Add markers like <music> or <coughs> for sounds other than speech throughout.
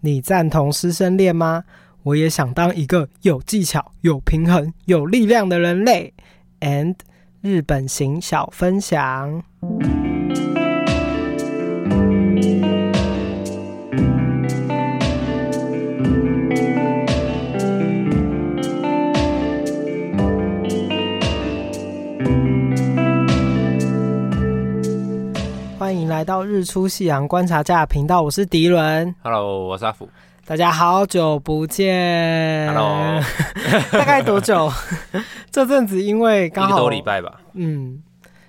你赞同师生恋吗？我也想当一个有技巧、有平衡、有力量的人类。And 日本行小分享。欢迎来到日出夕阳观察家的频道，我是迪伦， Hello，我是阿福。大家好久不见。 Hello， <laughs> 大概多久？ <laughs> 这阵子因为一个刚好多礼拜 <laughs> 吧。嗯，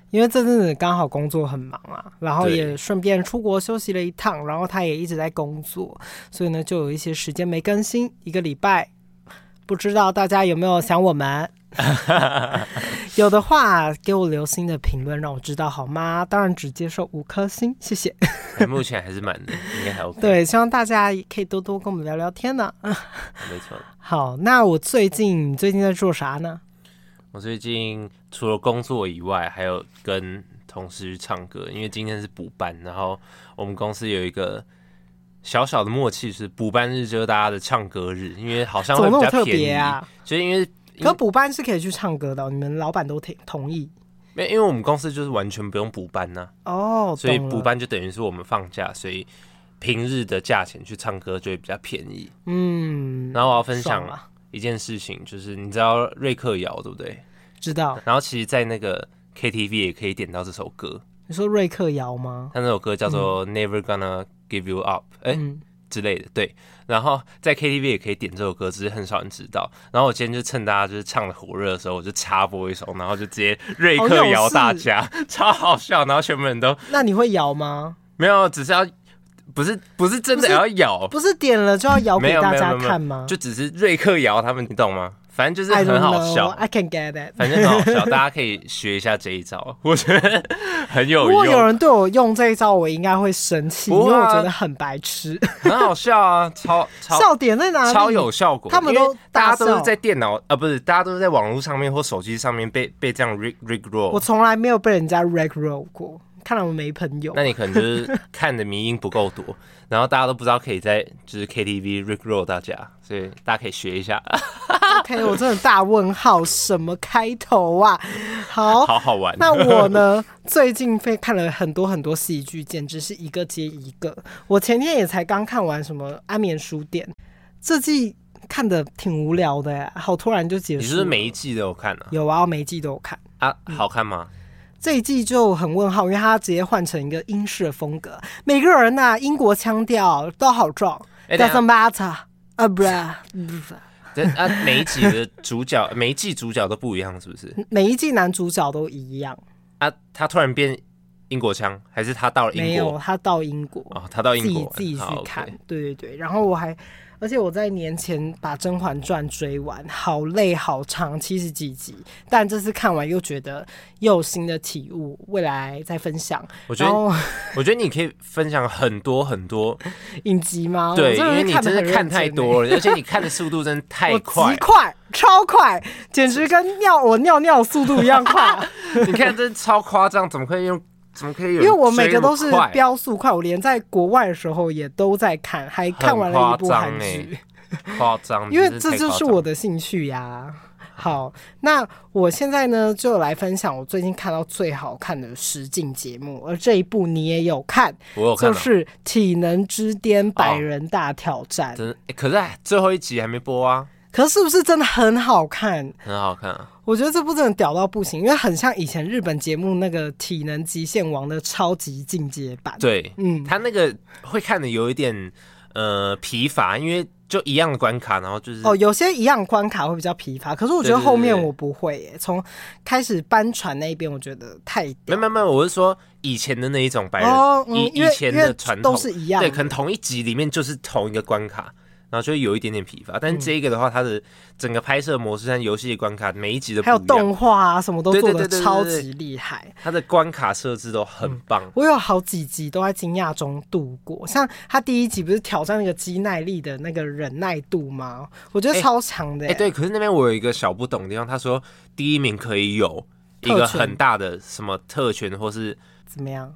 因为这阵子刚好工作很忙啊，然后对也顺便出国休息了一趟，然后他也一直在工作，所以呢就有一些时间没更新，一个礼拜。不知道大家有没有想我们？ <laughs> 有的话，给我留新的评论，让我知道好吗？当然只接受五颗星，谢谢。哎目前还是满的，应 <laughs> 该还 OK。，对，希望大家也可以多多跟我们聊聊天呢、没错。好，那我最近最近在做啥呢？我最近除了工作以外，还有跟同事去唱歌，因为今天是补班，然后我们公司有一个小小的默契是补班日就是大家的唱歌日，因为好像怎么会那比么较特便宜。别啊？就是因为可补班是可以去唱歌的哦，你们老板都挺同意没有因为我们公司就是完全不用补班呐、哦。所以懂了补，班就等于是我们放假，所以平日的价钱去唱歌就会比较便宜。嗯，然后我要分爽享啊，一件事情，就是你知道瑞克摇对不对？知道然后其实，在那个 KTV 也可以点到这首歌，你说瑞克摇吗？它那首歌叫做 Never Gonna Give You Up，哎、嗯，之类的，对。然后在 KTV 也可以点这首歌，只是很少人知道。然后我今天就趁大家就是唱的火热的时候，我就插播一首，然后就直接瑞克摇 <laughs> 大家，超好笑。然后全部人都那你会摇吗？没有，只是要不是不是真的不是要摇，不是点了就要摇没给有大没有家没有没有看吗？就只是瑞克摇他们，你懂吗？反正就是 I don't 很好 know, 笑。 I can get it。反正很好笑，大家可以学一下这一招， <laughs> 我觉得很如有果有用，人对我用这一招，我应该会生气，因不为会啊我觉得很白痴。很好笑啊，超超笑点在哪里？超有效果。他们都因为大家都大笑是在电脑啊，不是，大家都是在网络上面或手机上面被被这样 rig rig 我 roll。从来没有被人家 rag roll 过，看来我没朋友。那你可能就是看的迷音不够多， <laughs> 然后大家都不知道可以在就是 KTV rig roll 大家，所以大家可以学一哦下， OK，我真的大问号，什么开头啊？好，好好玩。那我呢？最近非看了很多很多喜剧，简直是一个接一个。我前天也才刚看完什么《安眠书店》，这季看的挺无聊的耶，好突然就结你束了。是不是每一季都有看啊？有啊，我每一季都有看。啊，好看吗？这一季就很问号，因为它直接换成一个英式的风格，每个人呐、英国腔调都好重。哎等一下 Doesn't matter 啊，不是，不是，这啊，每一集的主角，每一季主角都不一样，是不是？每一季男主角都一样，啊，他突然变英国腔，还是他到了没英国有？他到英国。哦，他到自英己国自己去好，OK 看，对对对。然后我还，而且我在年前把《甄嬛传》追完，好累好长，七十几集，但这次看完又觉得又有新的体悟，未来再分享。我觉然得，后 <laughs> 我觉得你可以分享很多很多，影集吗？对，哦我因为你看得真很的看认真太欸。多了，而且你看的速 <laughs> 度真的太我快极，快，超快，简直跟尿我尿尿速度一样 <laughs> 快，你看真的超夸张，怎么可以用？怎么可以有因人为追那么快？我每个都是飙速快，我连在国外的时候也都在看，还看完了一部很夸张韩剧。欸夸张，因为你这真的太就夸是张我的兴趣呀。好，那我现在呢就来分享我最近看到最好看的实境节目，而这一部你也有看，我有看啊就哦到，是《体能之巅百人大挑战》真的，欸可是哎最后一集还没播啊，可是不是真的很好看？很好看啊，我觉得这部真的屌到不行，因为很像以前日本节目那个《体能极限王》的超级进阶版。，对，嗯，他那个会看的有一点呃疲乏，因为就一样的关卡，然后就是哦，有些一样关卡会比较疲乏，可是我觉得对对后面对对我不会耶，从开始搬船那一边，我觉得太屌没没没，我是说以前的那一种白人，哦，嗯以，因以为前因为的传统都是一样的，对，可能同一集里面就是同一个关卡，然后就会有一点点疲乏。嗯但是这个的话，它的整个拍摄模式和游戏的关卡每一集都不还有一样，动画啊，什么都对做对的对对对超对级厉害。它的关卡设置都很棒。我有好几集都在惊讶中度过，像他第一集不是挑战那个肌耐力的那个忍耐度吗？我觉得哎超强的、哎、对，可是那边我有一个小不懂的地方，他说第一名可以有一特个权很大的什么特权，或是欸怎么样？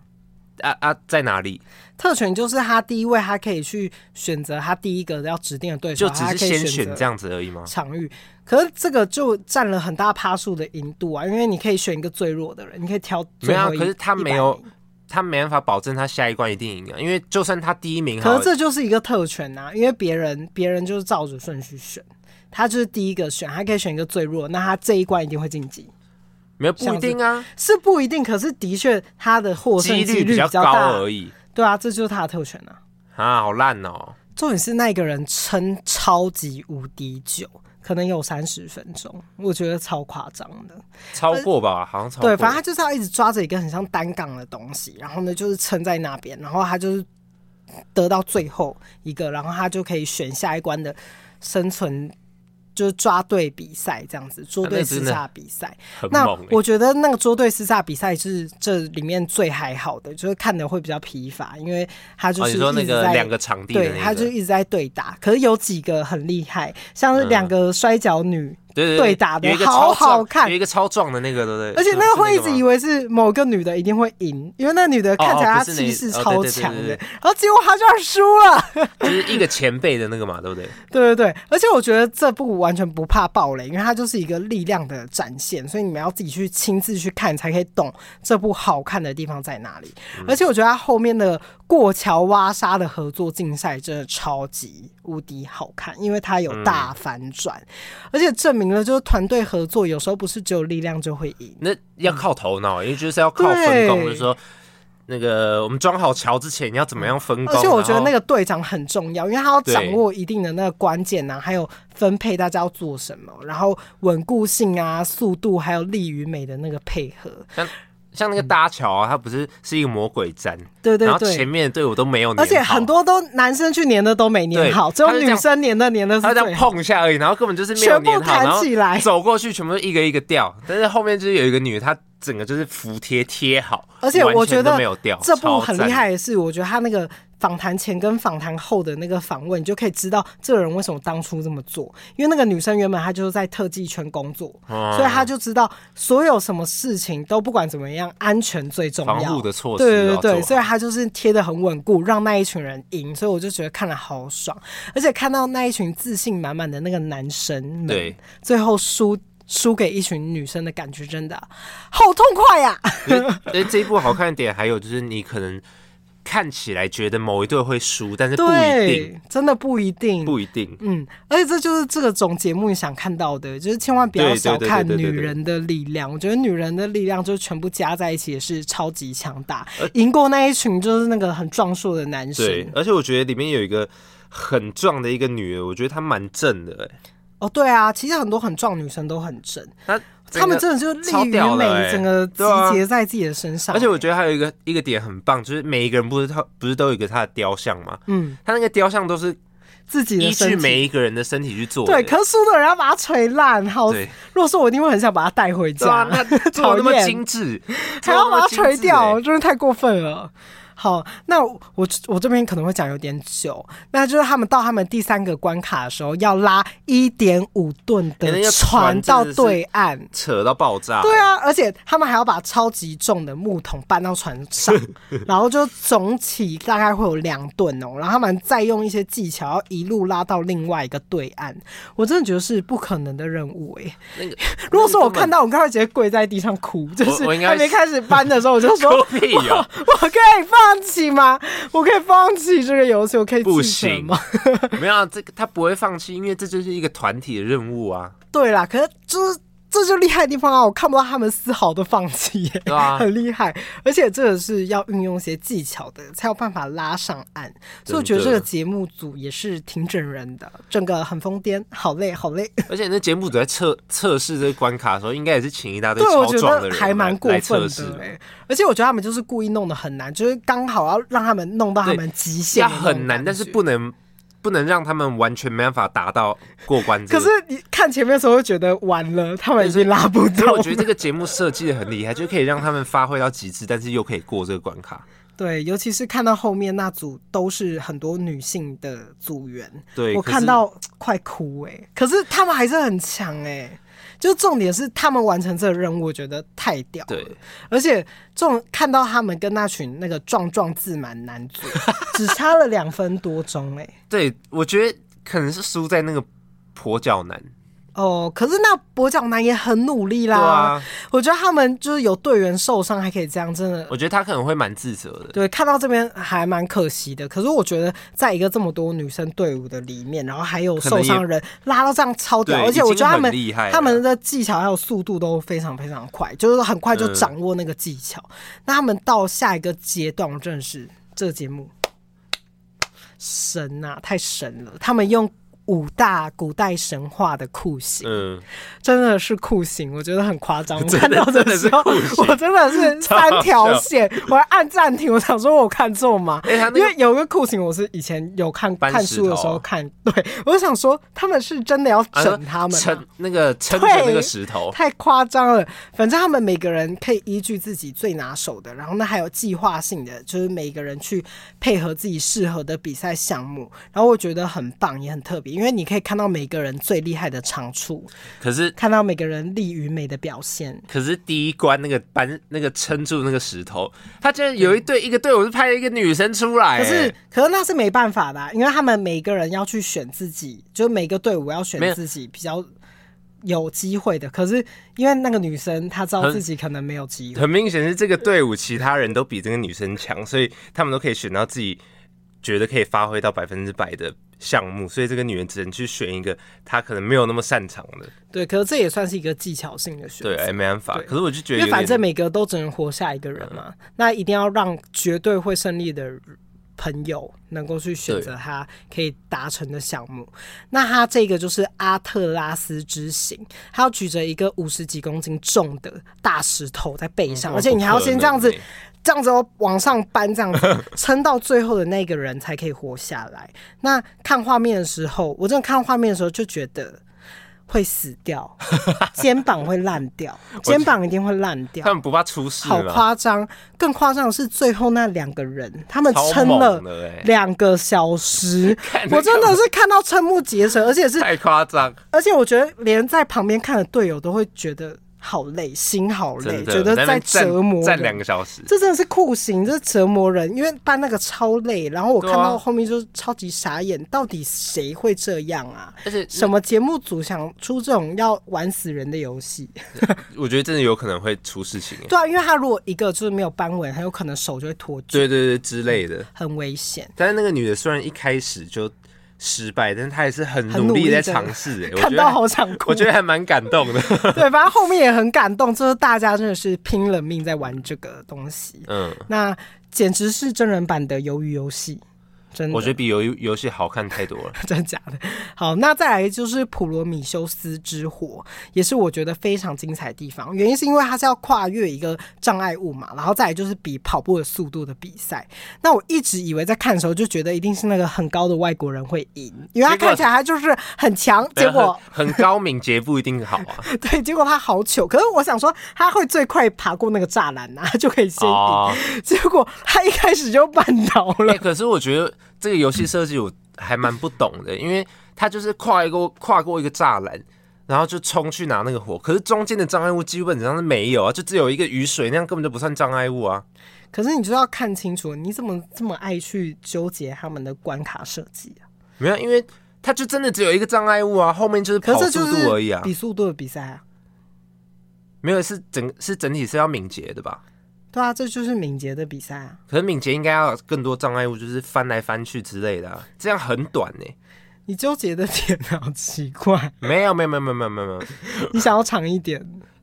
啊啊，在哪里？特权就是他第一位，他可以去选择他第一个要指定的对手，就只他是可以先选择选这样子而已吗？场域。可是这个就占了很大趴数的赢度啊，因为你可以选一个最弱的人，你可以挑没最有啊后，一。可是他100没有名，他没办法保证他下一关一定赢啊，因为就算他第一名好可了，是这就是一个特权呐、因为别人别人就是照着顺序选，他就是第一个选，他可以选一个最弱，那他这一关一定会晋级，没有不一定啊，是不一定。可是的确他的获胜几几比较较高大，而已对啊，这就是他的特权啊。啊，好烂哦！重点是那个人撑超级无敌久，可能有三十分钟，我觉得超夸张的。超过吧，好像超过。呃对，反正他就是要一直抓着一个很像单杠的东西，然后呢就是撑在那边，然后他就是得到最后一个，然后他就可以选下一关的生存，就是抓对比赛这样子，啊捉对厮杀比赛。很那猛、欸。我觉得那个捉对厮杀比赛是这里面最还好的，就是看的会比较疲乏，因为他就哦，是你说一那直个在两个场地的对，那他个就，一直在对打，可是有几个很厉害，像嗯是两个摔跤女，对对对打得有一个好超壮好看有一个超壮的那个，对不对？而且那个会一直以为为是某个女的一定会赢，因为那女的看起来她气势超强哦哦不是的那个哦对对对对，然后结果她居然输了。 <laughs> <laughs> 就是一个前辈的那个嘛，对不对？对对对，而且我觉得这部完全不怕暴雷，因为它就是一个力量的展现，所以你们要自己去亲自去看，才可以懂这部好看的地方在哪里。嗯而且我觉得它后面的过桥挖沙的合作竞赛真的超级无敌好看，因为它有大嗯反转，而且证明了就是团队合作有时候不是只有力量就会赢。那要靠头脑，因为就是要靠分工，嗯对就是说那个我们装好桥之前你要怎么样分工。啊而且我觉得那个个队长很重要，因为他要掌对握一定的那个关键啊呐、还有分配大家要做什么，然后稳固性啊、速度，还有力与美的那个配合。像那个搭桥啊，它不是是一个魔鬼毡，对对然后前对，面的队伍都没有粘好，而且很多都男生去粘的都没粘对好，只有他就这女样生粘的粘的他是这样最好，碰一下而已，然后根本就是没有全部粘好，然弹后起来。走过去全部都一个一个掉，但是后面就是有一个女的，她整个就是服帖贴好，而且我完全觉得都没有掉，这部很超赞厉，害的是，我觉得他那个访谈前跟访谈后的那个访问，你就可以知道这个人为什么当初这么做。因为那个女生原本她就是在特技圈工作，嗯所以她就知道所有什么事情都不管怎么样，安全最重防要护。的措施对对都要对，做所以她就是贴的很稳固，让那一群人赢，所以我就觉得看了好爽，而且看到那一群自信满满的那个男生们，对，最后输输给一群女生的感觉，真的好痛快呀、 <laughs> 所以这一部好看的点还有就是你可能看起来觉得某一队会输，但是 <laughs> 不一定，对，真的不一定，不一定。嗯，而且这就是这个种节目你想看到的，就是千万不要对对小看对对女对对对人的力量。我觉得女人的力量就全部加在一起也是超级强大呃，赢过那一群就是那个很壮硕的男对生。，而且我觉得里面有一个很壮的一个女的，我觉得她蛮正的、欸，哦，对啊，其实很多很壮女生都很正，她她们这。真的就是超力与屌美的欸整个集对啊结在自己的身上。而且我觉得还有一个一个点很棒，就是每一个人不是他不是都有一个他的雕像吗？嗯，他那个雕像都是自己的依据身体。每一个人的身体去做的。对，可是输的人要把它捶烂，好。欸对如果是我，一定会很想把它带回对啊家，，那 <laughs> 做得那么精致，还要把它做得那么垂精致掉，欸。真是太过分了。好，那我我我这边可能会讲有点久，那就是他们到他们第三个关卡的时候，要拉一点五吨欸那的个船船到真的是对岸。扯到爆炸，欸对啊，而且他们还要把超级重的木桶搬到船 <laughs> 上，然后就总体大概会有两吨哦。然后他们再用一些技巧，要一路拉到另外一个对岸。我真的觉得是不可能的任务欸诶、那个 <laughs> 如果说我根本看到，我刚才直接跪在地上哭，就是我应该还没开始搬的时候，我 <laughs> 就说狗屁哦， <laughs> 我可以放弃吗？我可以放弃这个游戏，我可以不弃权行吗？， <laughs> 没有啊这个他不会放弃，因为这就是一个团体的任务啊，对啦，可是就是这就厉害的地方啊，我看不到他们丝毫的放弃耶，对啊 <laughs> 很厉害。而且这个是要运用一些技巧的，才有办法拉上岸。所以我觉得这真个的节目组也是挺整人的，整个很疯癫，好累好累。而且那节目组在测测试这个关卡的时候，应该也是请一大堆对，我超觉壮的得人还蛮来过来分测的试，哎、而且我觉得他们就是故意弄得很难，就是刚好要让他们弄到他对们极限要的那种很难，感但是觉不能不能让他们完全没办法达到过关。 <laughs> 可是。你看前面的时候，会觉得完了，他们已经拉不所以到我。觉得这个节目设计的很厉害，就可以让他们发挥到极致，但是又可以过这个关卡。对，尤其是看到后面那组都是很多女性的组员，对，我可看是到快哭哎、可是他们还是很强哎、就重点是他们完成这个任务，我觉得太屌了。对，而且这种看到他们跟那群那个壮壮自满男组 <laughs> 只差了两分多钟哎、对，我觉得可能是输在那个跛脚男，哦，可是那跛脚男也很努力对啦。啊，我觉得他们就是有队员受伤还可以这样，真的我觉得他可能会蛮自责的。对，看到这边还蛮可惜的。可是我觉得，在一个这么多女生队伍的里面，然后还有可能受也伤人拉到这样超屌，对而且已我经觉得他很们厉害他们了的技巧还有速度都非常非常快，就是很快就嗯掌握那个技巧。那他们到下一个阶段，我真的是这个节目神啊，太神了！他们用。五大古代神话的酷刑，嗯，真的是酷刑，我觉得很夸张。我 <laughs> 真看的到真的时是候酷，刑我真的是超好三条笑线，我还按暂停，我想说我看错吗？哎、他那因个为有一个酷刑，我是以前有看搬看石书的头时候啊看，对我就想说他们是真的要啊整他们吗、撑那个撑着对那个石头，太夸张了。反正他们每个人可以依据自己最拿手的，然后呢还有计划性的，就是每个人去配合自己适合的比赛项目。然后我觉得很棒，也很特别，因为你可以看到每个人最厉害的长处，可是看到每个人力与美的表现。可是第一关那个搬那个撑住那个石头，他竟然有一队一个队伍是派了一个女生出来、可是哎，可是那是没办法的啊、因为他们每个人要去选自己，就是每个队伍要选没有自己比较有机会的。可是因为那个女生她知道很自己可能没有机会，很明显是这个队伍其他人都比这个女生强，所以他们都可以选到自己觉得可以发挥到百分之百的项目，所以这个女人只能去选一个她可能没有那么擅长的，对，可是这也算是一个技巧性的选对，择。哎，没办法。对可是我就觉因得有为点，嗯反正每个都只能活下一个人嘛，那一定要让绝对会胜利的朋友能够去选择他可以达成的项目。那他这个就是阿特拉斯之行，他要举着一个五十几公斤重的大石头在背上，嗯而且你还要先这样子不可能欸这样子哦往上搬，这样子 <laughs> 撑到最后的那个人才可以活下来。那看画面的时候，我真的看画面的时候就觉得会死 <laughs> 掉，肩膀会烂掉，肩膀一定会烂掉他。们不怕出事好吗？夸张！更夸张的是最后那两个人，他们超撑了猛的哎、两个小时， <laughs> 看那我真的个是看到瞠目结舌，而且是太夸张，而且我觉得连在旁边看的队友都会觉得好累，心好累，真觉得的那边站折磨站人两个小时，这真的是酷刑，这是折磨人，因为搬那个超累。然后我看对啊到后面就是超级傻眼，到底谁会这样啊？而且嗯什么节目组想出这种要玩死人的游戏？我觉得真的有可能会出事情、哎对啊，因为他如果一个就是没有搬稳，很有可能手就会脱臼，对对对之类的。很危险。但是那个女的虽然一开始就失败，但是她也是很很努努力力在的尝试、 <laughs> 哎，我觉看得到还好想哭，我觉得还蛮感动 <laughs> 的。对，反正后面也很感动，就是大家真的是拼了命在玩这个东西，嗯，那简直是真人版的鱿鱼游戏，真的。我觉得比游游戏好看太多 <laughs> 了。真的假的？好，那再来就是《普罗米修斯之火》，也是我觉得非常精彩的地方。原因是因为它是要跨越一个障碍物嘛，然后再来就是比跑步的速度的比赛。那我一直以为在看的时候就觉得一定是那个很高的外国人会赢，因为他结果看起来他就是很强。结 <laughs> 果啊很很高敏捷不一定 <laughs> 好啊。对，结果他好糗。可是我想说他会最快爬过那个栅栏啊，就可以先赢。哦，结果他一开始就绊倒了 <laughs> <laughs> 哎，。可是我觉得这个游戏设计我还蛮不懂的，因为它就是跨一个跨过一个栅栏。然后就冲去拿那个火，可是中间的障碍物基本上是没有啊，就只有一个雨水，那样根本就不算障碍物啊。可是你就要看清楚，你怎么这么爱去纠结他们的关卡设计啊？没有，因为它就真的只有一个障碍物啊，后面就是可跑是这速就度而已是啊。比速度的比赛啊，没有，是整是整体是要敏捷的吧？对啊，这就是敏捷的比赛啊。可是敏捷应该要有更多障碍物，就是翻来翻去之类的、啊，这样很短呢、欸你纠结的点 <laughs> 好奇怪，没有，没有，没有，没有，没有，没有，没有你想要长一点？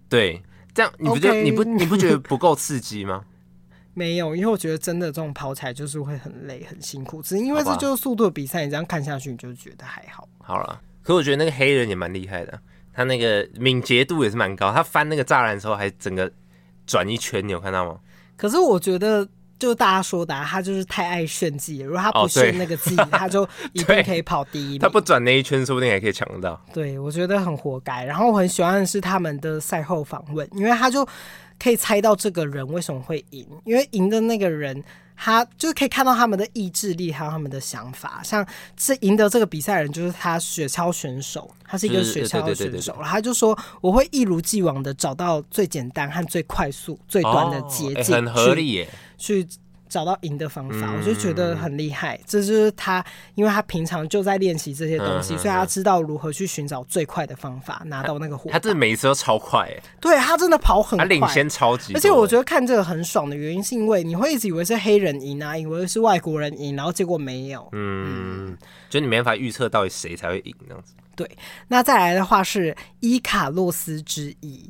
对，这样你不就 OK 你不你不觉得不够刺激吗？没有，因为我觉得真的这种跑起来就是会很累、很辛苦，只是因为好这吧就是速度的比赛，你这样看下去你就觉得还好。好了，可我觉得那个黑人也蛮厉害的，他那个敏捷度也是蛮高，他翻那个栅栏的时候还整个转一圈，你有看到吗？可是我觉得。就大家说的、啊，他就是太爱炫技了。如果他不哦对炫那个技，他 <laughs> 就一定对可以跑第一名。他不转那一圈，说不定还可以抢得到。对，我觉得很活该。然后我很喜欢的是他们的赛后访问，因为他就可以猜到这个人为什么会赢，因为赢的那个人。他就是可以看到他们的意志力，还有他们的想法。像是赢得这个比赛的人，就是他雪橇选手，他是一个是雪橇对对对对选对手。然后他就说：“我会一如既往的找到最简单和最快速、最短的哦捷欸径、很合理耶。去找到赢的方法，嗯我就觉得很厉害。这就是他，因为他平常就在练习这些东西，嗯嗯所以他知道如何去寻找最快的方法拿到那个火把。他这每一次都超快耶，对他真的跑很他快，领先超级多耶。而且我觉得看这个很爽的原因，是因为你会一直以为是黑人赢啊，以为是外国人赢，然后结果没有。嗯，就你没办法预测到底谁才会赢啊那样子。那再来的话是伊卡洛斯之弈，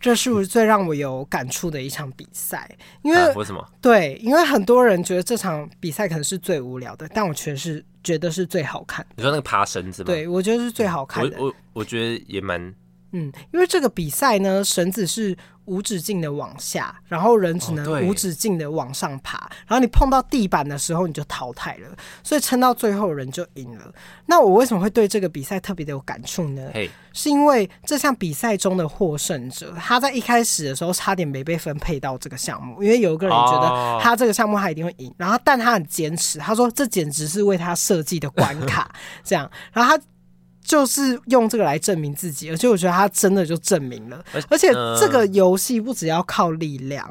这是最让我有感触的一场比赛，因为、啊为什么？对，因为很多人觉得这场比赛可能是最无聊的，但我却是觉得是最好看。你说那个爬绳子吗？，对，我觉得是最好看的我。我我觉得也蛮嗯，因为这个比赛呢，绳子是无止境的往下，然后人只哦能对无止境的往上爬，然后你碰到地板的时候你就淘汰了，所以撑到最后人就赢了。那我为什么会对这个比赛特别的有感触呢？嘿，是因为这项比赛中的获胜者，他在一开始的时候差点没被分配到这个项目，因为有一个人觉得哦他这个项目他一定会赢，然后但他很坚持，他说这简直是为他设计的关卡，这样，然后他。就是用这个来证明自己，而且我觉得他真的就证明了，而而且呃这个游戏不只要靠力量，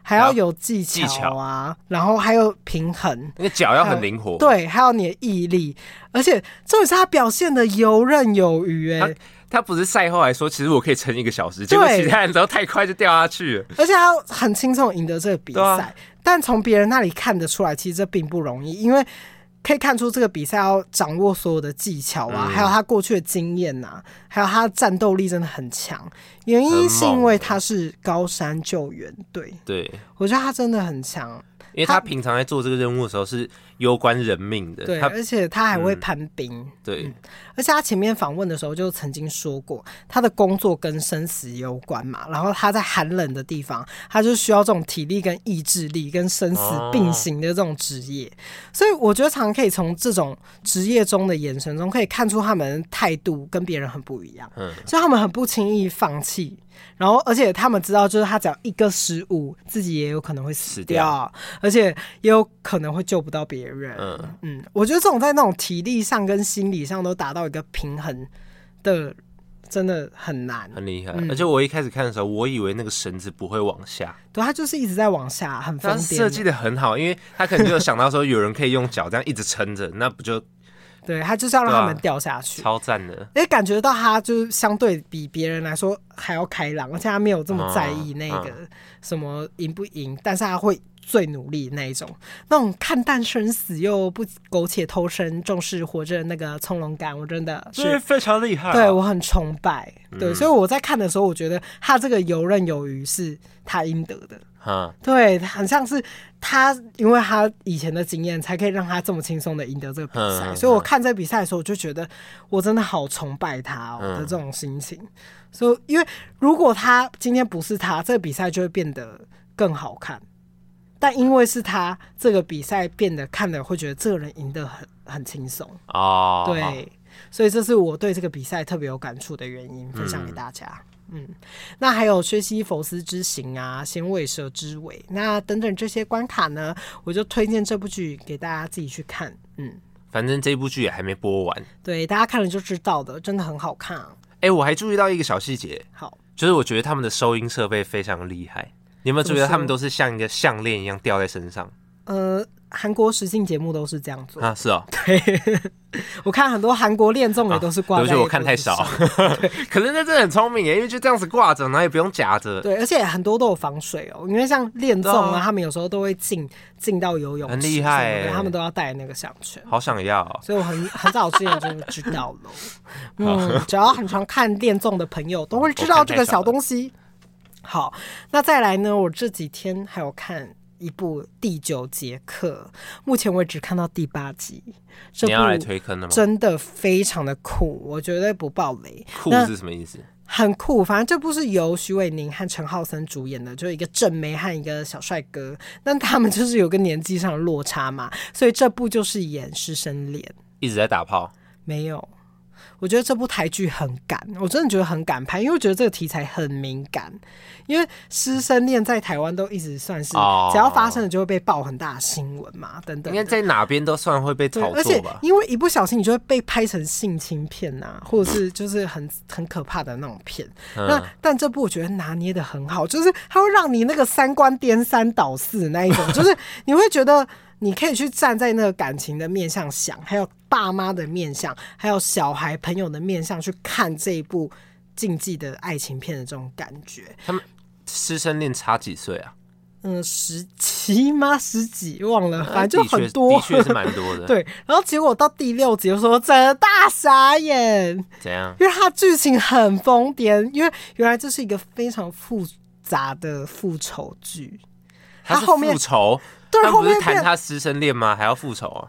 还要还要有技技巧啊，然后还有平衡，那个脚要很灵活。，对，还有你的毅力，而且重点是他表现的游刃有余、欸，他他不是赛后还说，其实我可以撑一个小时，结果对其他人都太快就掉下去了。 <laughs> 而且他很轻松赢得这个比赛，对啊但从别人那里看得出来，其实这并不容易，因为可以看出这个比赛要掌握所有的技巧啊，嗯还有他过去的经验呐、还有他的战斗力真的很强。原因是因为他是高山救援队，对，我觉得他真的很强，因为他他平常在做这个任务的时候是攸关人命的。对，他而且他还会嗯攀冰。对，而且他前面访问的时候就曾经说过，他的工作跟生死有关嘛，然后他在寒冷的地方，他就需要这种体力跟意志力跟生死并行的这种职业，所以我觉得常可以从这种职业中的眼神中可以看出他们态度跟别人很不一样，嗯，所以他们很不轻易放弃。然后，而且他们知道，就是他只要一个失误，自己也有可能会死死掉而且也有可能会救不到别人。嗯嗯，我觉得这种在那种体力上跟心理上都达到一个平衡的，真的很难。很厉害。嗯而且我一开始看的时候，我以为那个绳子不会往下，对，他就是一直在往下，很疯他设计癫。的很好，因为他可能就有想到说有人可以用脚这样一直撑着，那不就对他就是要让他对啊们掉下去，超赞的？也感觉到他就是相对比别人来说还要开朗，而且他没有这么在意那啊个什么赢不赢，但是他会最努力那一种，那种看淡生死又不苟且偷生，重视活着的那个从容感，我真的是非常厉害啊对我很崇拜，嗯对，所以我在看的时候，我觉得他这个游刃有余是他应得的，哈，对，很像是他，因为他以前的经验，才可以让他这么轻松的赢得这个比赛。嗯嗯所以我看这比赛的时候，我就觉得我真的好崇拜他哦、嗯的这种心情。所以，因为如果他今天不是他，这个比赛就会变得更好看。但因为是他，这个比赛变得看了会觉得这个人赢得很很轻松。哦，对，所以这是我对这个比赛特别有感触的原因，分享给大家。嗯那还有薛西佛斯之行啊，衔尾蛇之尾，那等等这些关卡呢，我就推荐这部剧给大家自己去看。嗯，反正这部剧也还没播完。对，大家看了就知道的，真的很好看、啊。哎、我还注意到一个小细节，好，就是我觉得他们的收音设备非常厉害。你有没有怎注么意到他说们都是像一个项链一样吊在身上呃，韩国实境节目都是这样做。啊？是哦，我看很多韩国恋综也都是挂啊对在、不起，我看太少。 <laughs> 可是那真的很聪明耶，因为就这样子挂着，然后也不用夹着，对，而且很多都有防水哦，因为像恋综对啊，啊他们有时候都会进进到游泳池很什厉么的害欸他们都要带那个项圈。好想要哦、所以我很很早之前就知道 <laughs> 了。嗯，只要很常看恋综的朋友都会知道这个小东西。好，那再来呢？我这几天还有看一部第九节课，目前为止看到第八集。这你要来部推坑了吗？真的非常的酷，我绝对不爆雷。酷那是什么意思？很酷。反正这部是由徐伟宁和陈浩森主演的，就是一个正妹和一个小帅哥。那他们就是有个年纪上的落差嘛，所以这部就是演师生恋，一直在打炮，没有。我觉得这部台剧很敢，我真的觉得很敢拍，因为我觉得这个题材很敏感。因为师生恋在台湾都一直算是，哦只要发生了就会被爆很大的新闻嘛，等等应的。该在哪边都算会被对，炒而且作吧？因为一不小心你就会被拍成性侵片呐、或者是就是很很可怕的那种片。那嗯，但这部我觉得拿捏的很好，就是它会让你那个三观颠三倒四的那一 <laughs> 种，就是你会觉得你可以去站在那个感情的面向想，还有爸妈的面向，还有小孩朋友的面向去看这一部竞技的爱情片的这种感觉。师生恋差几岁啊？嗯，十七吗？十几忘了，反正就啊的确很多的。确是蛮多 <laughs> 的。，对，然后结果到第六集的时候，整个大傻眼。怎样？因为它剧情很疯癫，因为原来这是一个非常复杂的复仇剧，他他是后面复仇，对他后不面是谈变他师生恋吗？还要复仇啊？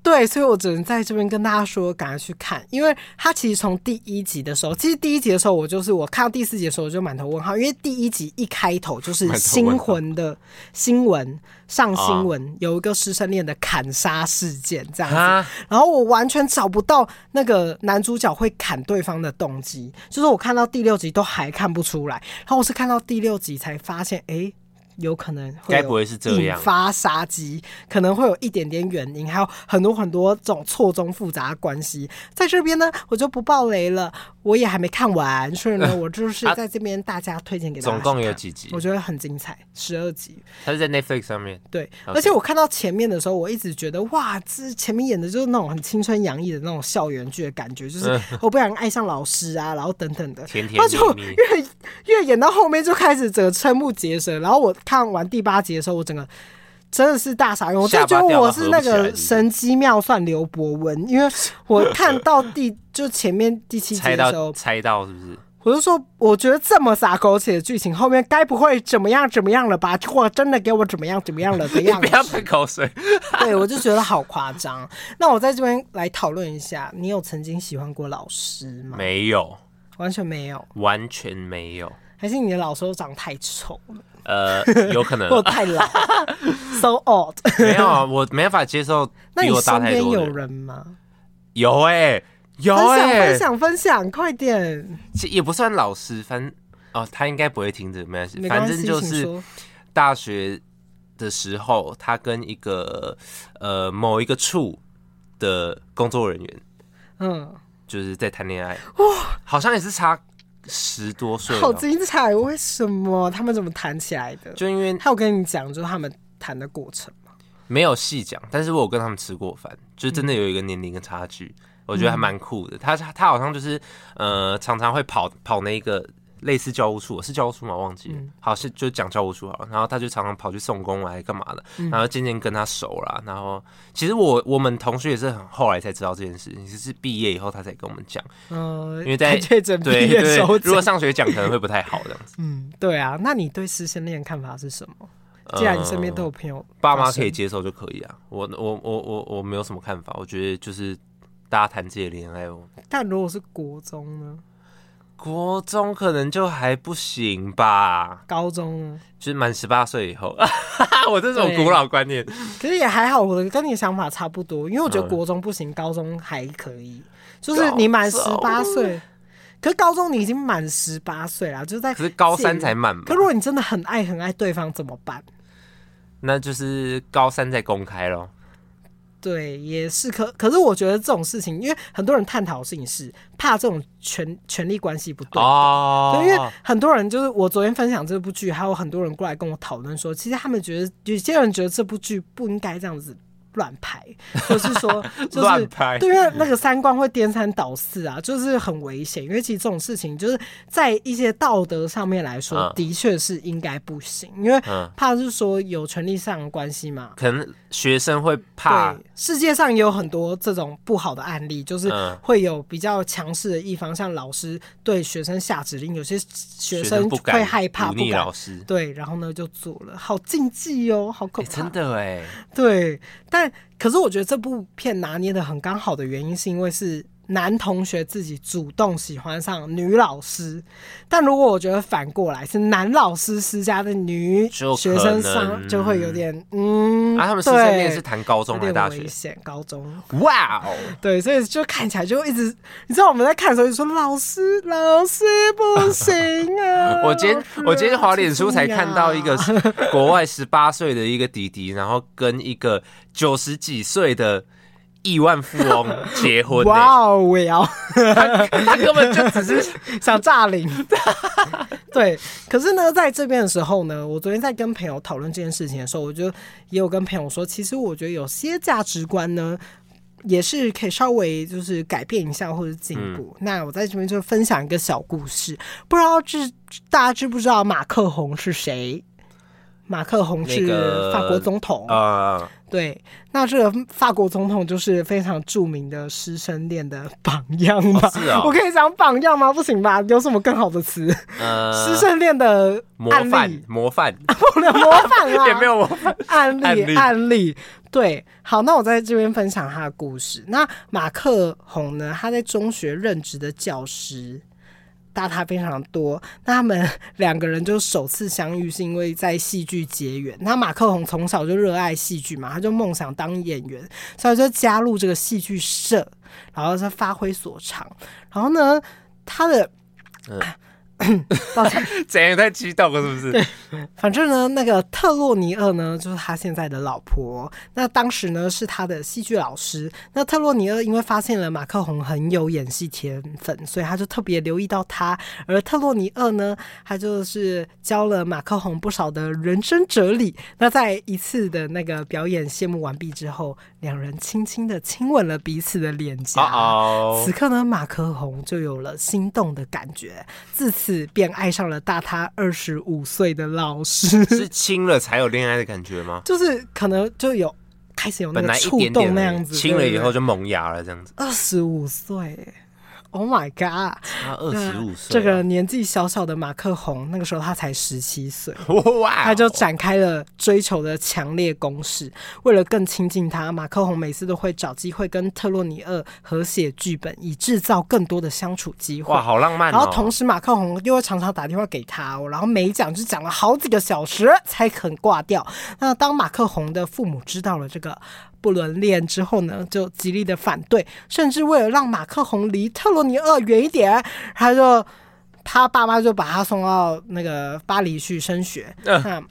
对，所以我只能在这边跟大家说，赶快去看，因为它其实从第一集的时候，其实第一集的时候，我就是我看到第四集的时候，我就满头问号，因为第一集一开头就是满头问新号闻的新闻上啊新闻，有一个师生恋的砍杀事件这样子，啊，然后我完全找不到那个男主角会砍对方的动机，就是我看到第六集都还看不出来，然后我是看到第六集才发现，诶，有可能会有该不会是这样啊引发杀机，可能会有一点点原因，还有很多很多种错综复杂的关系。在这边呢，我就不爆雷了，我也还没看完，所以呢，我就是 <laughs> 啊在这边大家推荐给大家总去看。共有几集我？觉得很精彩，十二集。他是在 Netflix 上面。对， OK 而且我看到前面的时候，我一直觉得哇，这前面演的就是那种很青春洋溢的那种校园剧的感觉，就是我不想爱上老师啊，然后等等的。嗯甜甜那就蜜蜜越越演到后面就开始整个瞠目结舌，然后我看完第八集的时候，我整个真的是大傻眼，我就下巴觉得掉到我是那合不起来嗯是个不是神机妙算刘伯温，因为我看到第 <laughs> 就前面第七集猜的时到候，猜到是不 <laughs> 是？我就说，我觉得这么撒狗血的剧情，后面该不会怎么样怎么样了吧？结果真的给我怎么样怎么样了的样不 <laughs> 子。要喷口水。 <laughs> 对，我就觉得好夸张。那我在这边来讨论一下，你有曾经喜欢过老师吗？没有，完全没有，完全没有。还是你的老师都长太丑 <laughs> 了，呃，有可能 <laughs> <laughs> 或太老，so old。没有啊，我没办法接受那比你我大身太边多的有人。人吗？有哎，有分享哎分，享分享，快点！其也不算老师，反正哦，他应该不会听这个，没关系，没反关正系，就请是说。大学的时候，他跟一个呃某一个处的工作人员嗯，就是在谈恋爱，好像也是差十多岁哦、好精彩！为什么他们怎么谈起来的？就因为他有跟你讲，就是他们谈的过程吗？没有细讲，但是我有跟他们吃过饭，就嗯真的有一个年龄的差距，我觉得还蛮酷的。他他好像就是呃，常常会跑跑那个类似教务处，是教务处吗？忘记了，嗯好是就讲教务处好了。然后他就常常跑去送公来干嘛的，嗯然后渐渐跟他熟啦。然后其实我我们同学也是很后来才知道这件事情，就是毕业以后他才跟我们讲。嗯，因为在确诊毕对业对收，如果紧。上学讲可能会不太好这样子。嗯，对啊。那你对师生恋的看法是什么？ <laughs> 既然你身呃边都有朋友嗯爸发妈生可以接受就可以啊。我我我我我没有什么看法，我觉得就是大家谈自己的恋爱哦。但如果是国中呢？国中可能就还不行吧，高中呢？就是满十八岁 <laughs> 以后，我这种对古老观念，可是也还好，我的跟你想法差不多，因为我觉得嗯啊国中不行，高中还可以，就是你满十高中八岁。可是高中你已经满十八岁啦，就在可是高三才满吧可如，果你真的很爱很爱对方怎么办？那就是高三再公开咯。对，也是可。可是我觉得这种事情，因为很多人探讨的事情是怕这种权权力关系不对哦对，，因为很多人就是我昨天分享这部剧，还有很多人过来跟我讨论说，其实他们觉得有些人觉得这部剧不应该这样子乱拍，或是 <laughs> 说就乱是。拍，对，因为那个三观会颠三倒四啊，就是很危险。因为其实这种事情，就是在一些道德上面来说，嗯的确是应该不行，因为嗯，怕是说有权利上的关系嘛。可能学生会怕对，世界上也有很多这种不好的案例，就是嗯会有比较强势的一方，像老师对学生下指令，有些学生生不会敢害怕，忤不逆敢老。师，对，然后呢就做了，好禁忌哦，好可诶怕。 <laughs> 真的哎，对，但可是我觉得这部片拿捏的很刚好的原因，是因为是男同学自己主动喜欢上女老师，但如果我觉得反过来是男老师施加的女就可学生上，能就会有点嗯，啊，他们师对生恋是谈高中有还是点大学危？险，高中哇哦，！对，所以就看起来就一直，你知道我们在看的时候就说老师老师不行啊 <laughs> 我今天我今天滑脸书才看 <laughs> 到一个老师国外十八岁的一个弟弟，然后跟一个九十几岁的亿万富翁结婚、不要欸，哇哦，我也要。 <laughs> 他根本就 <laughs> 只是想炸领。对，可是呢，在这边的时候呢，我昨天在跟朋友讨论这件事情的时候，我就也有跟朋友说，其实我觉得有些价值观呢。也是可以稍微就是改变一下或者进步。嗯那我在这边就分享一个小故事，不知道知大家知不知道马克宏是谁？马克宏那是个法国总统，啊、对。那这个法国总统就是非常著名的师生恋的榜样嘛。哦是啊、我可以讲榜样吗？不行吧？有什么更好的词？师呃，生恋的模案范例，模范不能模仿啊， <laughs> 也没有模范， <laughs> 案例案例案例。对，好，那我在这边分享他的故事。那马克宏呢？他在中学任职的教师。大他非常多，那他们 <laughs> 两个人就首次相遇是因为在戏剧结缘。那马克宏从小就热爱戏剧嘛，他就梦想当演员，所以就加入这个戏剧社，然后是发挥所长。然后呢，他的啊 <coughs> 怎样太激动了是不是？反正呢，那个特洛尼厄呢，就是他现在的老婆。那当时呢是他的戏剧老师。那特洛尼厄因为发现了马克宏很有演戏天分，所以他就特别留意到他。而特洛尼厄呢，他就是教了马克宏不少的人生哲理。那在一次的那个表演谢幕完毕之后，两人轻轻的亲吻了彼此的脸颊。哦哦此，刻呢，马克宏就有了心动的感觉，自此便爱上了大他二十五岁的老师， <laughs> 是亲了才有恋爱的感觉吗？就是可能就有开始有那本个来一触点动点那而已样子，亲了以后就萌芽了，这样子。二十五岁，Oh my god！他二十五岁，这个年纪小小的马克宏，那个时候他才十七岁。 <laughs> 哇，他就展开了追求的强烈攻势。为了更亲近他，马克宏每次都会找机会跟特洛尼厄合写剧本，以制造更多的相处机会哇，。好浪漫、哦。然后同时，马克宏又会常常打电话给他、哦，然后每一讲就讲了好几个小时才肯挂掉。那当马克宏的父母知道了这个不伦恋之后呢，就极力的反对，甚至为了让马克宏离特洛尼厄远一点，他就他爸妈就把他送到那个巴黎去升学。嗯那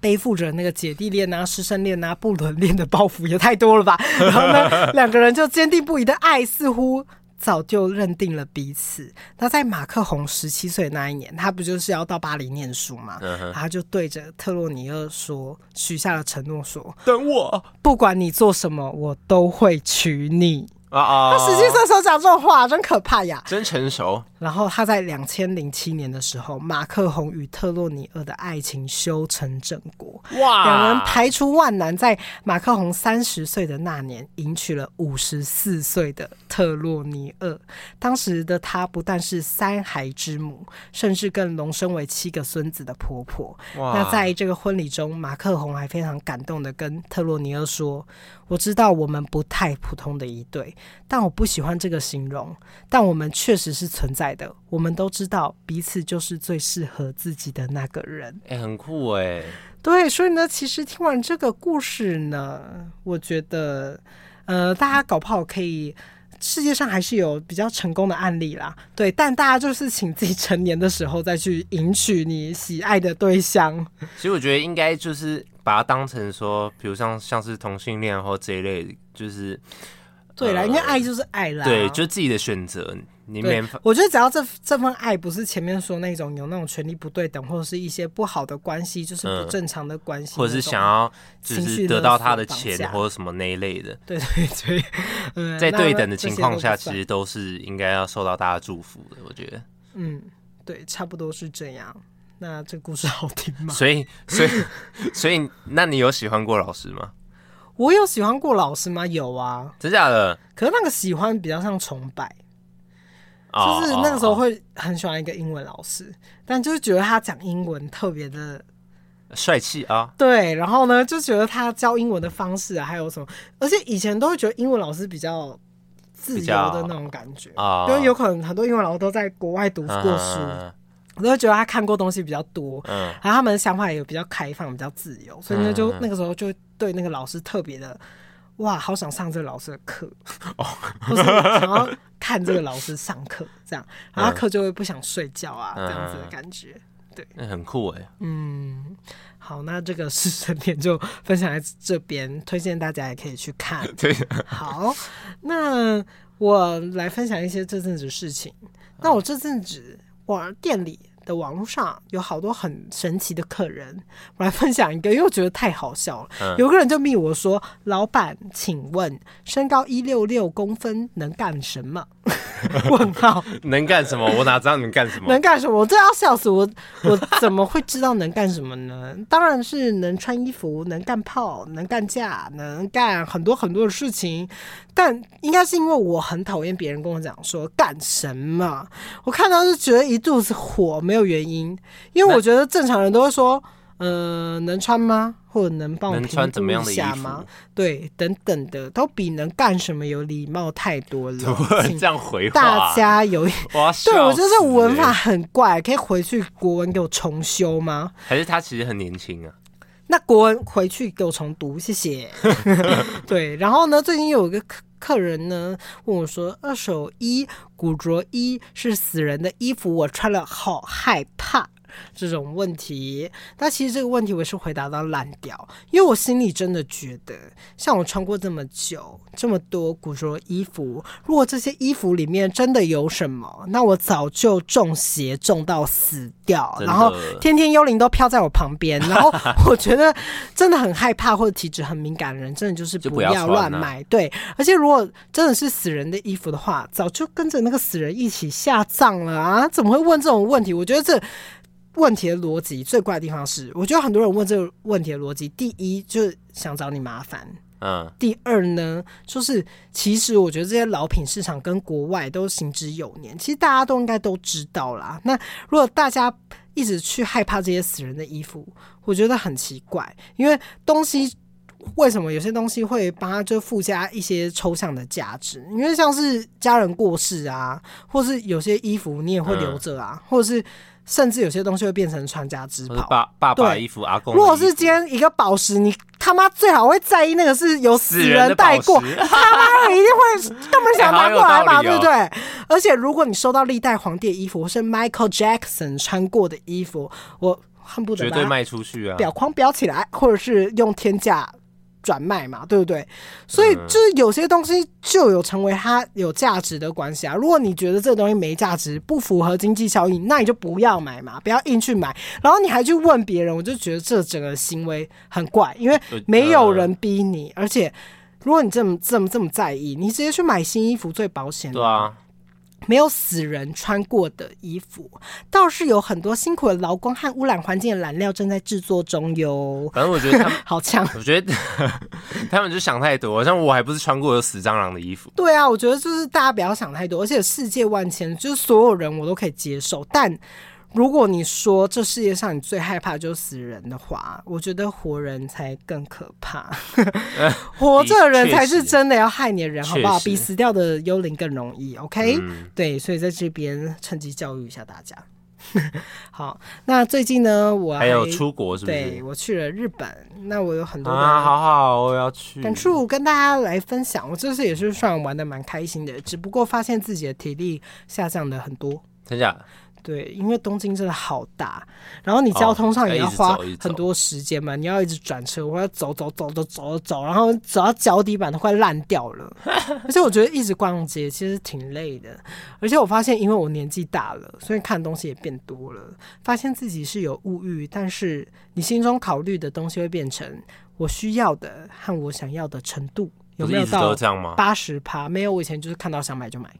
背负着那个姐弟恋啊、师生恋啊、不伦恋的包袱也太多了吧？然后呢，两个人就坚定不移的爱，似乎早就认定了彼此。那在马克宏十七岁那一年，他不就是要到巴黎念书吗？嗯哼，他就对着特洛尼厄说，许下了承诺说，等我不管你做什么，我都会娶你。啊啊！他十七岁的时候讲这种话，真可怕呀！真成熟，然后他在两千零七年的时候，马克宏与特洛尼厄的爱情修成正果，哇两人排除万难，在马克宏三十岁的那年，迎娶了五十四岁的特洛尼厄。当时的她不但是三孩之母，甚至更荣升为七个孙子的婆婆。哇那在这个婚礼中，马克宏还非常感动的跟特洛尼厄说：“我知道我们不太普通的一对，但我不喜欢这个形容，但我们确实是存在的。我们都知道彼此就是最适合自己的那个人。”哎、很酷哎、对，所以呢，其实听完这个故事呢，我觉得，呃，大家搞不好可以。世界上还是有比较成功的案例啦，对，但大家就是请自己成年的时候再去迎娶你喜爱的对象。其实我觉得应该就是把它当成说，比如像像是同性恋或这一类，就是对啦，呃因为爱就是爱啦。对，就自己的选择，你啊对没法我觉得只要这这份爱不是前面说那种有那种权力不对等，或者是一些不好的关系，就是嗯不正常的关系那种，或者是想要就情绪是勒得到索他的绑架钱或者什么那一类的，对对对，嗯在那对那等的这情些都况不下，其算实都是应该要受到大家祝福的，我觉得。嗯，对，差不多是这样。那这故事好听吗？所以，所以， <laughs> 所以，那你有喜欢过老师吗？我有喜欢过老师吗？有啊，真假的？可是那个喜欢比较像崇拜，哦就是那个时候哦会很喜欢一个英文老师，但就是觉得他讲英文特别的哦帅气啊，对，然后呢就觉得他教英文的方式啊，还有什么，而且以前都会觉得英文老师比较自由的那种感觉。啊，因为有可能很多英文老师都在国外读嗯过书，我都会觉得他看过东西比较多，嗯然后他们的想法也比较开放、比较自由，所以呢，就嗯那个时候就对那个老师特别的，哇，好想上这个老师的课，哦或是想要看这个老师上课这样，然后他课就会不想睡觉啊，嗯这样子的感觉。那很酷哎，嗯，好，那这个师生恋就分享在这边，推荐大家也可以去看。对，好，那我来分享一些这阵子的事情。那我这阵子，我店里的网络上有好多很神奇的客人，我来分享一个，因为我觉得太好笑了。嗯有个人就密我说：“老板，请问身高一六六公分能干什么？” <laughs> 问号 <laughs> 能干什么？我哪知道你们干什么？ <laughs> 能干什么？我真的要笑死我！ <laughs> 我怎么会知道能干什么呢？当然是能穿衣服，能干炮，能干架，能干很多很多的事情。但应该是因为我很讨厌别人跟我讲说干什么，我看到是觉得一肚子火，没有原因。因为我觉得正常人都会说，呃，能穿吗？或者能帮我能穿怎评么估样的一衣下服 <laughs> 吗？？对，等等的，都比能干什么有礼貌太多了怎么。会请这样回话啊？大家有一我要对我笑就是死文欸法很怪，可以回去国文给我重修吗？还是他其实很年轻啊？那国文回去给我重读，谢谢。 <laughs> 对，然后呢，最近有一个客客人呢问我说，二手衣、古着衣是死人的衣服，我穿了好害怕。这种问题，那其实这个问题我也是回答到烂掉，因为我心里真的觉得，像我穿过这么久、这么多古着衣服，如果这些衣服里面真的有什么，那我早就中邪中到死掉，真的然后天天幽灵都飘在我旁边，然 <laughs> 后我觉得真的很害怕或者体质很敏感的人，真的就是就不不要要穿啊乱买。对，而且如果真的是死人的衣服的话，早就跟着那个死人一起下葬了啊！怎么会问这种问题？我觉得这问题的逻辑最怪的地方是，我觉得很多人问这个问题的逻辑，第一就是想找你麻烦，嗯，第二呢，就是其实我觉得这些老品市场跟国外都行之有年，其实大家都应该都知道啦。那如果大家一直去害怕这些死人的衣服，我觉得很奇怪，因为东西。为什么有些东西会帮它就附加一些抽象的价值？因为像是家人过世啊，或是有些衣服你也会留着啊，或者是甚至有些东西会变成传家之或是宝。爸爸爸的对衣服，阿公的如果衣是服今天一个宝石，你他妈最好会在意那个是有死死人人的带宝过， <laughs> 石，他妈的一定会根本想拿过来哎吧，好有道理对哦不对？而且如果你收到历代皇帝的衣服，或是 Michael Jackson 穿过的衣服，我恨不得绝把对它卖出去啊！表框裱起来，或者是用天价转卖嘛，对不对？所嗯以就是有些东西就有成为它有价值的关系啊。如果你觉得这东西没价值，不符合经济效益，那你就不要买嘛，不要硬去买。然后你还去问别人，我就觉得这整个行为很怪，因为呃没有人逼你，而且。如果你这么这么这么在意，你直接去买新衣服最保险。对啊，没有死人穿过的衣服，倒是有很多辛苦的劳工和污染环境的燃料正在制作中哟。反正我觉呃得他们， <laughs> <laughs> 好强！我觉得他们就想太多，像我还不是穿过有死蟑螂的衣服，对啊，我觉得就是大家不要想太多，而且世界万千，就是所有人我都可以接受。但如果你说这世界上你最害怕就是死人的话，我觉得活人才更可 <laughs> 怕，活着的人才是真的要害你的人，好不好？确实比死掉的幽灵更容易。OK，、嗯，对，所以在这边趁机教育一下大家。 <laughs> 好，那最近呢，我还有出国是不对是？我去了日本，那我有很多啊，的好好，我要去。感触跟大家来分享。我这次也是算玩的蛮开心的，只不过发现自己的体力下降的很多。真假？对，因为东京真的好大，然后你哦交通上也要要一直花走一直走很多时间嘛，你要一直转车，我要走走走走走走，然后走到脚底板都快烂掉了。 <laughs> 而且我觉得一直逛街其实挺累的，而且我发现因为我年纪大了，所以看东西也变多了，发现自己是有物欲，但是你心中考虑的东西会变成我需要的和我想要的程度有不没是一有直都到这样吗？八十趴？没有，我以前就是看到想买就买。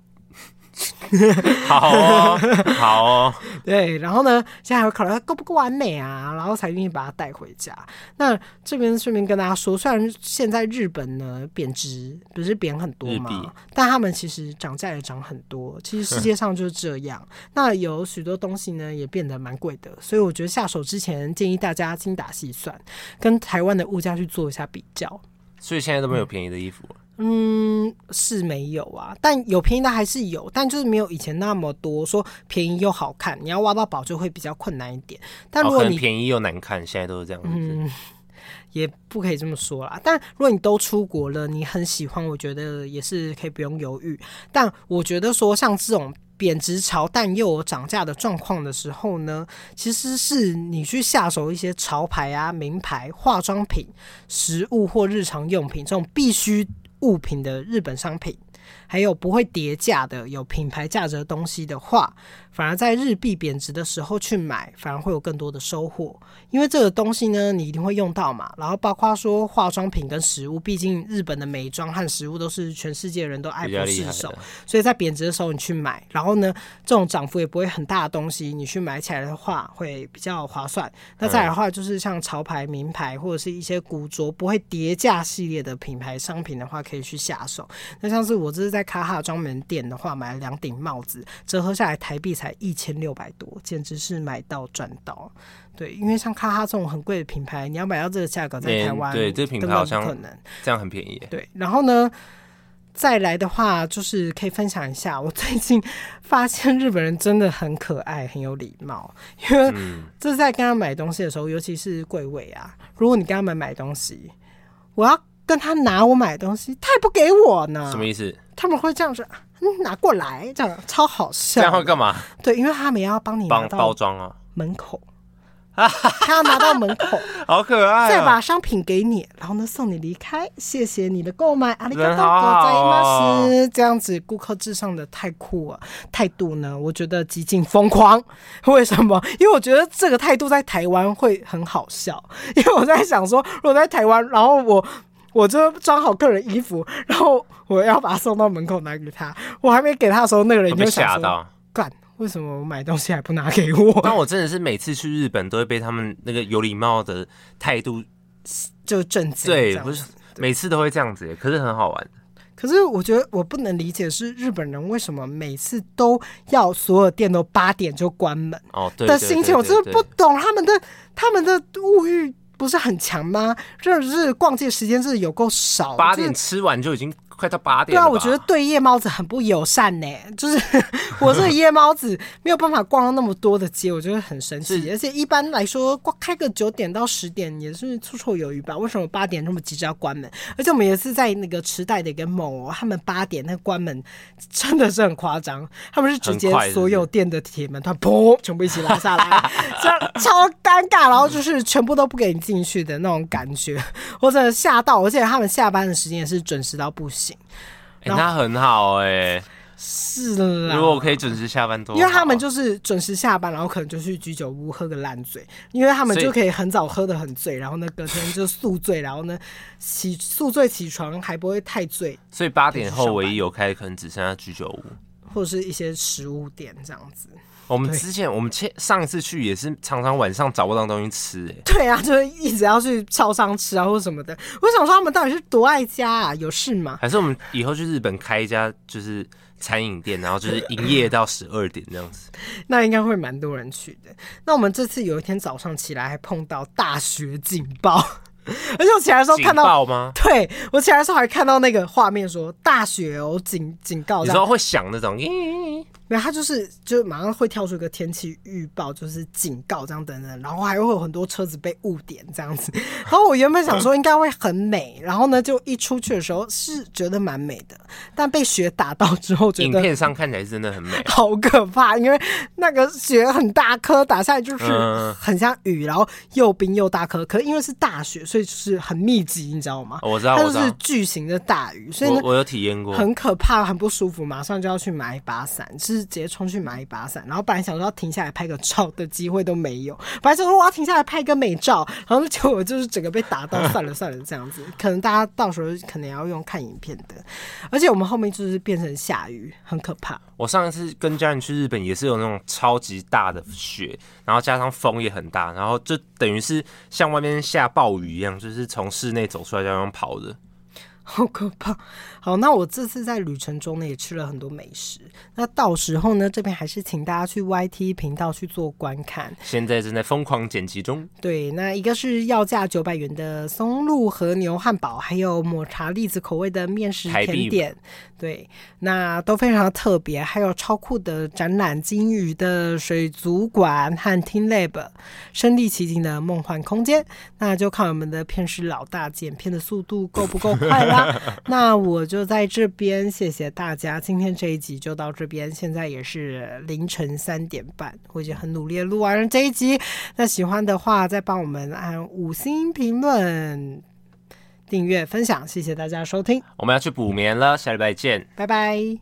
好 <laughs> 哦，好哦，对，然后呢，现在还会考虑它够不够完美啊，然后才愿意把它带回家。那这边顺便跟大家说，虽然现在日本呢贬值，不是贬很多日币嘛，但他们其实涨价也涨很多。其实世界上就是这样。那有许多东西呢也变得蛮贵的，所以我觉得下手之前建议大家精打细算，跟台湾的物价去做一下比较。所以现在都没有便宜的衣服了，嗯，是没有啊，但有便宜的还是有，但就是没有以前那么多。说便宜又好看，你要挖到宝就会比较困难一点。但如哦，果可能你、便宜又难看，现在都是这样子。嗯，也不可以这么说啦。但如果你都出国了，你很喜欢，我觉得也是可以不用犹豫。但我觉得说像这种贬值潮但又有涨价的状况的时候呢，其实是你去下手一些潮牌啊、名牌、化妆品、食物或日常用品这种必需物品的日本商品。还有不会叠价的、有品牌价值的东西的话，反而在日币贬值的时候去买，反而会有更多的收获。因为这个东西呢，你一定会用到嘛。然后包括说化妆品跟食物，毕竟日本的美妆和食物都是全世界人都爱比不较厉释害手的，，所以在贬值的时候你去买，然后呢，这种涨幅也不会很大的东西，你去买起来的话会比较划算。那再来的话，就是像潮牌、名牌或者是一些古着不会叠价系列的品牌商品的话，可以去下手。那像是我这是在卡哈专门店的话，买了两顶帽子，折合下来台币才一千六百多，简直是买到赚到。对，因为像卡哈这种很贵的品牌，你要买到这个价格，在嗯台湾对这品牌根本好不像可能。这样很便宜耶。对，然后呢，再来的话就是可以分享一下， <laughs> 我最近发现日本人真的很可爱，很有礼貌。因为嗯这是在跟他买东西的时候，尤其是柜位啊，如果你跟他们买东西，我要跟他拿我买的东西，他也不给我呢什，么意思？他们会这样子。嗯，拿过来，这样超好这样笑会。干嘛？对，因为他们也要帮你拿帮包到装啊，门 <laughs> 口，他要拿到门口，好可爱再啊！把商品给你，然后呢送你离开，谢谢你的购买，阿里嘎多人好好哦ございます。这样子顾客至上的太酷了，态度呢，我觉得极尽疯狂。为什么？因为我觉得这个态度在台湾会很好笑，因为我在想说，如果在台湾，然后我。 <laughs> 我就装好客人衣服，然后我要把它送到门口拿给他。我还没给他的时候，那个人我就被想吓说到。：“干，为什么我买东西还不拿给我？”但我真的是每次去日本都会被他们那个有礼貌的态度，就震惊。对这，样不是每次都会这样子耶，可是很好玩。可是我觉得我不能理解是日本人为什么每次都要所有店都八点就关门哦，对的对心对情，我对真的对不懂他们的他们的物欲不是很强吗？真的是逛街时间是有够少，八就是点吃完就已经快到八对点了啊，吧。我觉得对夜猫子很不友善呢、就是 <laughs> 我这个夜猫子没有办法逛到那么多的街，我觉得很生气。是而且一般来说，逛开个九点到十点也是绰绰有余吧？为什么八点这么急着要关门？而且我们也是在那个池袋的一个某、哦，他们八点那关门真的是很夸张，他们是直接很快是不是所有店的铁门它砰全部一起拉下 <laughs> 来，这样超尴尬，然后就是全部都不给你进去的那种感觉，我真的吓到。而且他们下班的时间也是准时到不行。哎、那很好哎、是啦，如果我可以准时下班多啊好，啊因为他们就是准时下班，然后可能就去居酒屋喝个烂醉，因为他们所以就可以很早喝得很醉，然后呢隔天就宿醉，然后呢 <laughs> 起宿醉起床还不会太醉，所以八点准时上后班唯一有开，可能只剩下居酒屋。或者是一些食物店这样子。 <laughs> 我们之前我们前上一次去也是常常晚上找不到东西吃、哎，对啊，就是一直要去超商吃啊或什么的。我想说他们到底是多爱家啊？有事吗？还是我们以后去日本开一家就是餐饮店，然后就是营业到十二点这样子。那应该会蛮多人去的。那我们这次有一天早上起来还碰到大雪警报， <laughs> 而且我起来的时候警看到报吗？ <laughs> 对我起来的时候还看到那个画面说大雪哦警警告你这说样，会响那种，咦没有，它就是就马上会跳出一个天气预报，就是警告这样等等，然后还会有很多车子被误点这样子。 <laughs> 然后我原本想说应该会很美，然后呢就一出去的时候是觉得蛮美的，但被雪打到之后觉影得。片上看起来是真的很美。好可怕，因为那个雪很大颗，打下来就是嗯很像雨，然后又冰又大颗。可是因为是大雪，所以就是很密集，你知道吗？哦我知道它我就知道是巨型的大雨，所以呢我，我有体验过，很可怕，很不舒服，马上就要去买一把伞，就是直接冲去买一把伞。然后本来想说要停下来拍个照的机会都没有，本来想说我要停下来拍个美照，然后结果就是整个被打到，算了算了这样子。可能大家到时候可能要用看影片的，而且我们后面就是变成下雨，很可怕。 <laughs> 我上一次跟家人去日本也是有那种超级大的雪，然后加上风也很大，然后就等于是像外面下暴雨一样，就是从室内走出来就要用跑的。好可怕！好，那我这次在旅程中呢，也吃了很多美食。那到时候呢，这边还是请大家去 YT 频道去做观看。现在正在疯狂剪辑中，对，那一个是要价九百元的松露和牛汉堡，还有抹茶栗子口味的面食台甜币嘛点，对，那都非常的特别。还有超酷的展览金鱼的水族馆和 Team Lab，身临其境的梦幻空间。那就看我们的片师老大剪片的速度够不够快啦。那我就在这边谢谢大家，今天这一集就到这边，现在也是凌晨三点半，我已经很努力的录完了这一集。那喜欢的话，再帮我们按五星评论、订阅、分享，谢谢大家收听，我们要去补眠了，下礼拜见。拜拜。